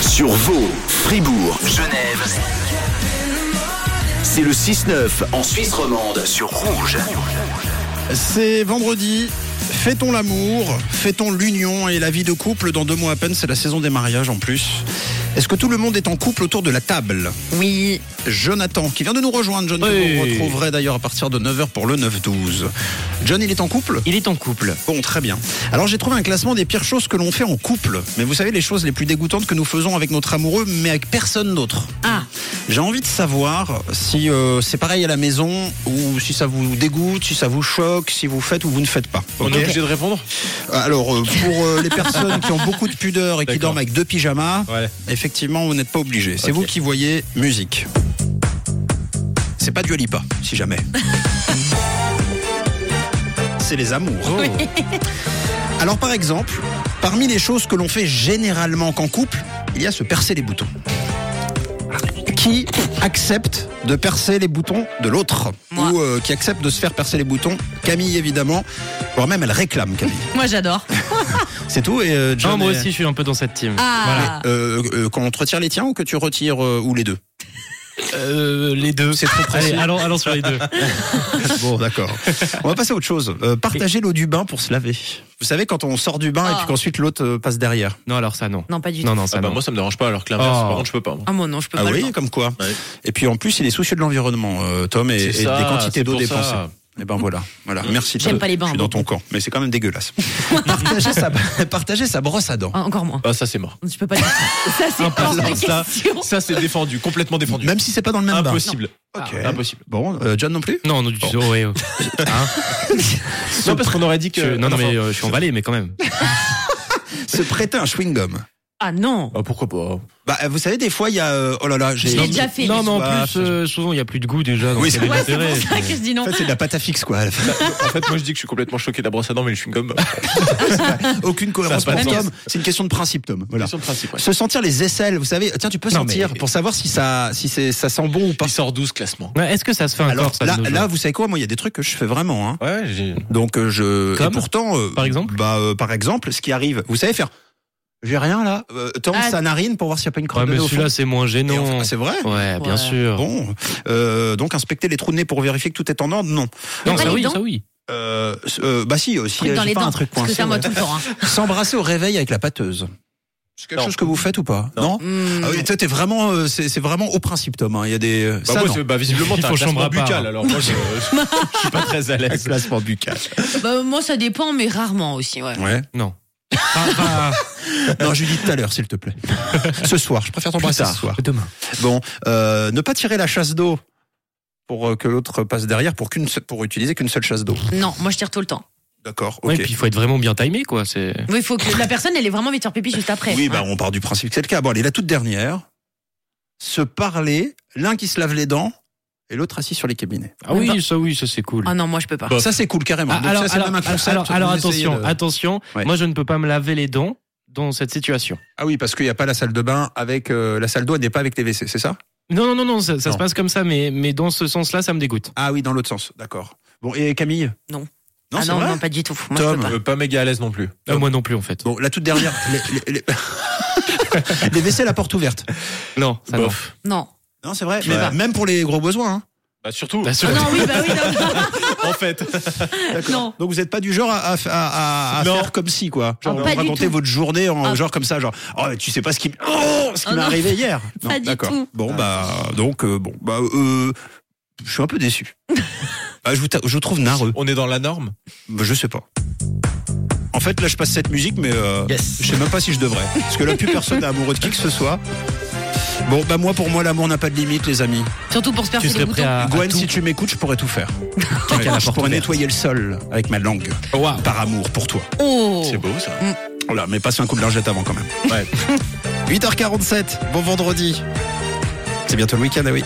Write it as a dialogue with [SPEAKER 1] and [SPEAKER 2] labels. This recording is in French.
[SPEAKER 1] sur Vaud, Fribourg, Genève. C'est le 6-9 en Suisse romande sur Rouge.
[SPEAKER 2] C'est vendredi. Fêtons l'amour, fêtons l'union et la vie de couple. Dans deux mois à peine, c'est la saison des mariages en plus. Est-ce que tout le monde est en couple autour de la table
[SPEAKER 3] Oui,
[SPEAKER 2] Jonathan, qui vient de nous rejoindre, John, que
[SPEAKER 4] Oui.
[SPEAKER 2] vous retrouverez d'ailleurs à partir de 9h pour le 9-12. John, il est en couple
[SPEAKER 4] Il est en couple.
[SPEAKER 2] Bon, très bien. Alors j'ai trouvé un classement des pires choses que l'on fait en couple. Mais vous savez, les choses les plus dégoûtantes que nous faisons avec notre amoureux, mais avec personne d'autre.
[SPEAKER 3] Ah.
[SPEAKER 2] J'ai envie de savoir si euh, c'est pareil à la maison, ou si ça vous dégoûte, si ça vous choque, si vous faites ou vous ne faites pas.
[SPEAKER 4] On
[SPEAKER 2] Ok
[SPEAKER 4] est obligé de répondre
[SPEAKER 2] Alors, euh, pour euh, les personnes qui ont beaucoup de pudeur et qui
[SPEAKER 4] D'accord.
[SPEAKER 2] dorment avec deux pyjamas,
[SPEAKER 4] Ouais.
[SPEAKER 2] effectivement, vous n'êtes pas obligé. C'est
[SPEAKER 4] Ok.
[SPEAKER 2] vous qui voyez musique. C'est pas du Alipa, si jamais. C'est les amours.
[SPEAKER 4] Oh.
[SPEAKER 2] Alors, par exemple, parmi les choses que l'on fait généralement qu'en couple, il y a se percer les boutons. Qui accepte de percer les boutons de l'autre
[SPEAKER 3] Moi.
[SPEAKER 2] Ou euh, qui accepte de se faire percer les boutons Camille, évidemment. Voire même, elle réclame Camille.
[SPEAKER 3] moi j'adore.
[SPEAKER 2] C'est tout et euh, John
[SPEAKER 4] Non, Ah, moi
[SPEAKER 2] est-
[SPEAKER 4] aussi, je suis un peu dans cette team.
[SPEAKER 3] Ah,
[SPEAKER 2] Euh, euh, quand on te retire les tiens ou que tu retires euh, ou les deux
[SPEAKER 4] Euh, les deux.
[SPEAKER 2] C'est trop
[SPEAKER 3] Ah,
[SPEAKER 2] précis.
[SPEAKER 4] Allez, allons, allons sur les deux.
[SPEAKER 2] Bon, d'accord. On va passer à autre chose. Euh, partager l'eau du bain pour se laver. Vous savez, quand on sort du bain et
[SPEAKER 3] Ah.
[SPEAKER 2] puis qu'ensuite l'autre euh, passe derrière.
[SPEAKER 4] Non, alors ça, non.
[SPEAKER 3] non pas du tout.
[SPEAKER 4] Non, non, ça,
[SPEAKER 5] Ah bah
[SPEAKER 4] non.
[SPEAKER 5] moi ça me dérange pas alors que l'inverse
[SPEAKER 4] Oh.
[SPEAKER 5] par contre je peux pas. moi.
[SPEAKER 3] Ah moi non, je peux
[SPEAKER 2] Ah
[SPEAKER 3] pas. le
[SPEAKER 2] oui,
[SPEAKER 3] voir.
[SPEAKER 2] comme quoi.
[SPEAKER 5] Ouais.
[SPEAKER 2] Et puis en plus, il est soucieux de l'environnement, euh, Tom, et,
[SPEAKER 5] C'est
[SPEAKER 2] et
[SPEAKER 5] ça,
[SPEAKER 2] des quantités
[SPEAKER 5] c'est
[SPEAKER 2] d'eau
[SPEAKER 5] pour ça.
[SPEAKER 2] dépensées. Et ben voilà, voilà. Merci.
[SPEAKER 3] J'aime
[SPEAKER 2] Tom.
[SPEAKER 3] pas les bains,
[SPEAKER 2] Je suis dans
[SPEAKER 3] moi.
[SPEAKER 2] ton camp, mais c'est quand même dégueulasse. partager, sa, partager sa brosse à dents.
[SPEAKER 3] Ah, encore moins.
[SPEAKER 5] Ah ça c'est mort.
[SPEAKER 3] Je peux pas. le voir. Ça
[SPEAKER 4] Ah,
[SPEAKER 3] c'est hors de
[SPEAKER 5] ça,
[SPEAKER 3] question.
[SPEAKER 5] ça c'est défendu, complètement défendu.
[SPEAKER 2] Même si c'est pas dans le même
[SPEAKER 5] Impossible.
[SPEAKER 2] bain. Ok.
[SPEAKER 5] Ah, impossible.
[SPEAKER 2] Bon, euh, John non plus.
[SPEAKER 4] Non, non, du tout. Oh, ouais, oh. Hein
[SPEAKER 5] Non parce qu'on aurait dit que
[SPEAKER 4] Je- non, non,
[SPEAKER 5] Enfin,
[SPEAKER 4] mais euh, je suis emballé, mais quand même.
[SPEAKER 2] Se prêter un chewing gum.
[SPEAKER 3] Ah non.
[SPEAKER 5] ah, pourquoi pas
[SPEAKER 2] Bah, vous savez, des fois, il y a. euh, Oh là là, j'ai.
[SPEAKER 3] Je l'ai déjà fait.
[SPEAKER 4] Non, mais en
[SPEAKER 2] Bah,
[SPEAKER 4] plus, euh, souvent, il n'y a plus de goût déjà.
[SPEAKER 2] Oui,
[SPEAKER 4] donc
[SPEAKER 2] c'est
[SPEAKER 4] quel est
[SPEAKER 3] Ouais, c'est
[SPEAKER 4] l'intérêt
[SPEAKER 3] pour ça que je dis
[SPEAKER 2] En
[SPEAKER 3] non.
[SPEAKER 2] fait, c'est de la pâte à fixe, quoi. à la fin.
[SPEAKER 5] En fait moi je dis que je suis complètement choqué de la brosse à dents mais le chewing-gum.
[SPEAKER 2] Aucune cohérence
[SPEAKER 5] Ça a
[SPEAKER 2] pour
[SPEAKER 5] pas de
[SPEAKER 2] Tom.
[SPEAKER 5] sens.
[SPEAKER 2] C'est une question de principe, Tom. Voilà.
[SPEAKER 5] Question de principe. Ouais.
[SPEAKER 2] Se sentir les aisselles, vous savez. Tiens, tu peux
[SPEAKER 4] Non,
[SPEAKER 2] sentir
[SPEAKER 4] mais-
[SPEAKER 2] pour savoir si ça, si c'est, ça sent bon ou pas.
[SPEAKER 5] Il sort 12 classement.
[SPEAKER 4] Ouais, Est-ce que ça se fait encore,
[SPEAKER 2] Alors
[SPEAKER 4] ça, de
[SPEAKER 2] là,
[SPEAKER 4] nos jours
[SPEAKER 2] là, vous savez quoi Moi, il y a des trucs que je fais vraiment. Hein.
[SPEAKER 5] Ouais, j'ai
[SPEAKER 2] Donc euh, je.
[SPEAKER 4] Comme
[SPEAKER 2] et pourtant. euh,
[SPEAKER 4] Par exemple
[SPEAKER 2] Bah, euh, par exemple, ce qui arrive, vous savez faire. J'ai rien là. Euh, Tom,
[SPEAKER 3] Ah.
[SPEAKER 2] sa narine pour voir s'il n'y a pas une
[SPEAKER 4] Ouais,
[SPEAKER 2] crotte de
[SPEAKER 4] mais
[SPEAKER 2] nez au
[SPEAKER 4] celui-là,
[SPEAKER 2] fond.
[SPEAKER 4] c'est moins
[SPEAKER 2] Et en
[SPEAKER 4] gênant.
[SPEAKER 2] fait, C'est vrai.
[SPEAKER 4] Ouais, bien
[SPEAKER 3] Ouais.
[SPEAKER 4] sûr.
[SPEAKER 2] Bon, Euh, donc inspecter les trous de nez pour vérifier que tout est en ordre, non.
[SPEAKER 4] Non,
[SPEAKER 3] Pas
[SPEAKER 4] ça
[SPEAKER 3] les
[SPEAKER 4] oui,
[SPEAKER 3] dents
[SPEAKER 4] ça oui.
[SPEAKER 2] Euh, euh, bah si, euh, si
[SPEAKER 3] Truc
[SPEAKER 2] euh,
[SPEAKER 3] dans
[SPEAKER 2] j'ai
[SPEAKER 3] les
[SPEAKER 2] pas
[SPEAKER 3] dents.
[SPEAKER 2] un truc
[SPEAKER 3] Parce que
[SPEAKER 2] coincé,
[SPEAKER 3] ça moi
[SPEAKER 2] ouais.
[SPEAKER 3] tout le temps. hein.
[SPEAKER 2] S'embrasser au réveil avec la pâteuse. C'est quelque
[SPEAKER 5] Non.
[SPEAKER 2] chose que vous faites ou pas Non.
[SPEAKER 3] Hmm.
[SPEAKER 2] Ah oui, toi, t'es vraiment, euh, c'est c'est vraiment au principe, Tom. hein. Il y a des. euh,
[SPEAKER 5] Bah,
[SPEAKER 2] ça,
[SPEAKER 5] moi,
[SPEAKER 2] non.
[SPEAKER 5] c'est- bah visiblement
[SPEAKER 4] Il
[SPEAKER 5] t'as un
[SPEAKER 4] faut chambre
[SPEAKER 5] classement
[SPEAKER 4] à part.
[SPEAKER 5] buccal alors moi je, je suis pas très à
[SPEAKER 2] Un
[SPEAKER 5] l'aise.
[SPEAKER 2] classement buccal.
[SPEAKER 3] Bah, moi ça dépend, mais rarement aussi. Ouais.
[SPEAKER 2] Ouais.
[SPEAKER 4] Non. Ah, ah,
[SPEAKER 2] Non, je lui dis tout à l'heure, s'il te plaît. ce soir, je préfère t'embrasser
[SPEAKER 4] Plus
[SPEAKER 2] ce
[SPEAKER 4] tard.
[SPEAKER 2] soir.
[SPEAKER 4] demain.
[SPEAKER 2] Bon, euh, ne pas tirer la chasse d'eau pour euh, que l'autre passe derrière pour qu'une se- pour utiliser qu'une seule chasse d'eau.
[SPEAKER 3] Non, moi je tire tout le temps.
[SPEAKER 2] D'accord.
[SPEAKER 4] Ouais,
[SPEAKER 2] Ok.
[SPEAKER 4] puis il faut être vraiment bien timé, quoi. C'est.
[SPEAKER 3] Oui, il faut que la personne elle ait vraiment envie de faire pipi juste après.
[SPEAKER 2] oui, bah on part du principe que c'est le cas. Bon, allez, la toute dernière. Se parler, l'un qui se lave les dents et l'autre assis sur les cabinets.
[SPEAKER 4] Ah oui, ça oui, ça c'est cool.
[SPEAKER 3] Ah non, moi je peux pas.
[SPEAKER 2] Ça c'est cool carrément.
[SPEAKER 4] Ah,
[SPEAKER 2] Donc ça, c'est même un concept.
[SPEAKER 4] alors, alors,
[SPEAKER 2] Vous essayez
[SPEAKER 4] attention,
[SPEAKER 2] de-
[SPEAKER 4] attention.
[SPEAKER 2] Ouais.
[SPEAKER 4] Moi, je ne peux pas me laver les dents dans cette situation.
[SPEAKER 2] Ah oui, parce qu'il n'y a pas la salle de bain avec euh, la salle d'eau, elle n'est pas avec les WC, c'est ça
[SPEAKER 4] Non, non, non, non, ça, ça
[SPEAKER 2] Non.
[SPEAKER 4] se passe comme ça, mais, mais dans ce sens-là, ça me dégoûte.
[SPEAKER 2] Ah oui, dans l'autre sens, d'accord. Bon, et Camille
[SPEAKER 3] Non.
[SPEAKER 2] Non,
[SPEAKER 3] ah
[SPEAKER 2] c'est
[SPEAKER 3] non,
[SPEAKER 2] vrai
[SPEAKER 3] non, pas du tout. Moi
[SPEAKER 2] Tom,
[SPEAKER 3] je peux pas.
[SPEAKER 5] Euh, pas méga à l'aise non plus.
[SPEAKER 4] Euh, moi non plus, en fait.
[SPEAKER 2] Bon, la toute dernière, les, les, les- les WC à la porte ouverte.
[SPEAKER 4] Non, ça non.
[SPEAKER 5] Bof.
[SPEAKER 3] Non.
[SPEAKER 2] Non, c'est vrai,
[SPEAKER 3] Je
[SPEAKER 2] mais bah,
[SPEAKER 3] sais pas.
[SPEAKER 2] même pour les gros besoins. hein.
[SPEAKER 5] Bah surtout
[SPEAKER 4] Bah,
[SPEAKER 3] Ah
[SPEAKER 4] sur-
[SPEAKER 3] non, oui, bah oui, non.
[SPEAKER 5] en fait.
[SPEAKER 3] Non.
[SPEAKER 2] Donc vous n'êtes pas du genre à, à- à- à- à
[SPEAKER 5] Non.
[SPEAKER 2] faire comme si, quoi. Genre,
[SPEAKER 3] Ah, pas du
[SPEAKER 2] raconter
[SPEAKER 3] tout.
[SPEAKER 2] votre journée en
[SPEAKER 3] Ah.
[SPEAKER 2] genre comme ça, genre, oh, tu sais pas ce qui, m- oh, ce qui
[SPEAKER 3] Ah,
[SPEAKER 2] m'est
[SPEAKER 3] non.
[SPEAKER 2] arrivé hier.
[SPEAKER 3] Pas du
[SPEAKER 2] d'accord.
[SPEAKER 3] tout.
[SPEAKER 2] Bon, bah, donc, euh, bon, bah, euh, je suis un peu déçu. Ah, je, vous ta- je vous trouve narreux.
[SPEAKER 5] On est dans la norme.
[SPEAKER 2] Bah, Je sais pas. En fait, là, je passe cette musique, mais euh,
[SPEAKER 4] Yes.
[SPEAKER 2] je sais même pas si je devrais. Parce que là, plus personne n'est amoureux de qui que ce soit. Bon, bah moi, pour moi, l'amour n'a pas de limite, les amis.
[SPEAKER 3] Surtout pour se
[SPEAKER 4] Tu
[SPEAKER 3] percer les
[SPEAKER 4] serais prêt
[SPEAKER 3] boutons.
[SPEAKER 4] Ah, à. à
[SPEAKER 2] Gwen,
[SPEAKER 4] tout-
[SPEAKER 2] si tu m'écoutes, je pourrais tout faire. Ouais,
[SPEAKER 4] la
[SPEAKER 2] je
[SPEAKER 4] porte
[SPEAKER 2] pourrais
[SPEAKER 4] ouverte.
[SPEAKER 2] nettoyer le sol avec ma langue.
[SPEAKER 4] Waouh.
[SPEAKER 2] Par amour pour toi.
[SPEAKER 3] Oh.
[SPEAKER 5] C'est beau ça.
[SPEAKER 2] Voilà, mais passe un coup de lingette avant quand même.
[SPEAKER 5] Ouais.
[SPEAKER 2] 8h47, bon vendredi. C'est bientôt le week-end, ah oui.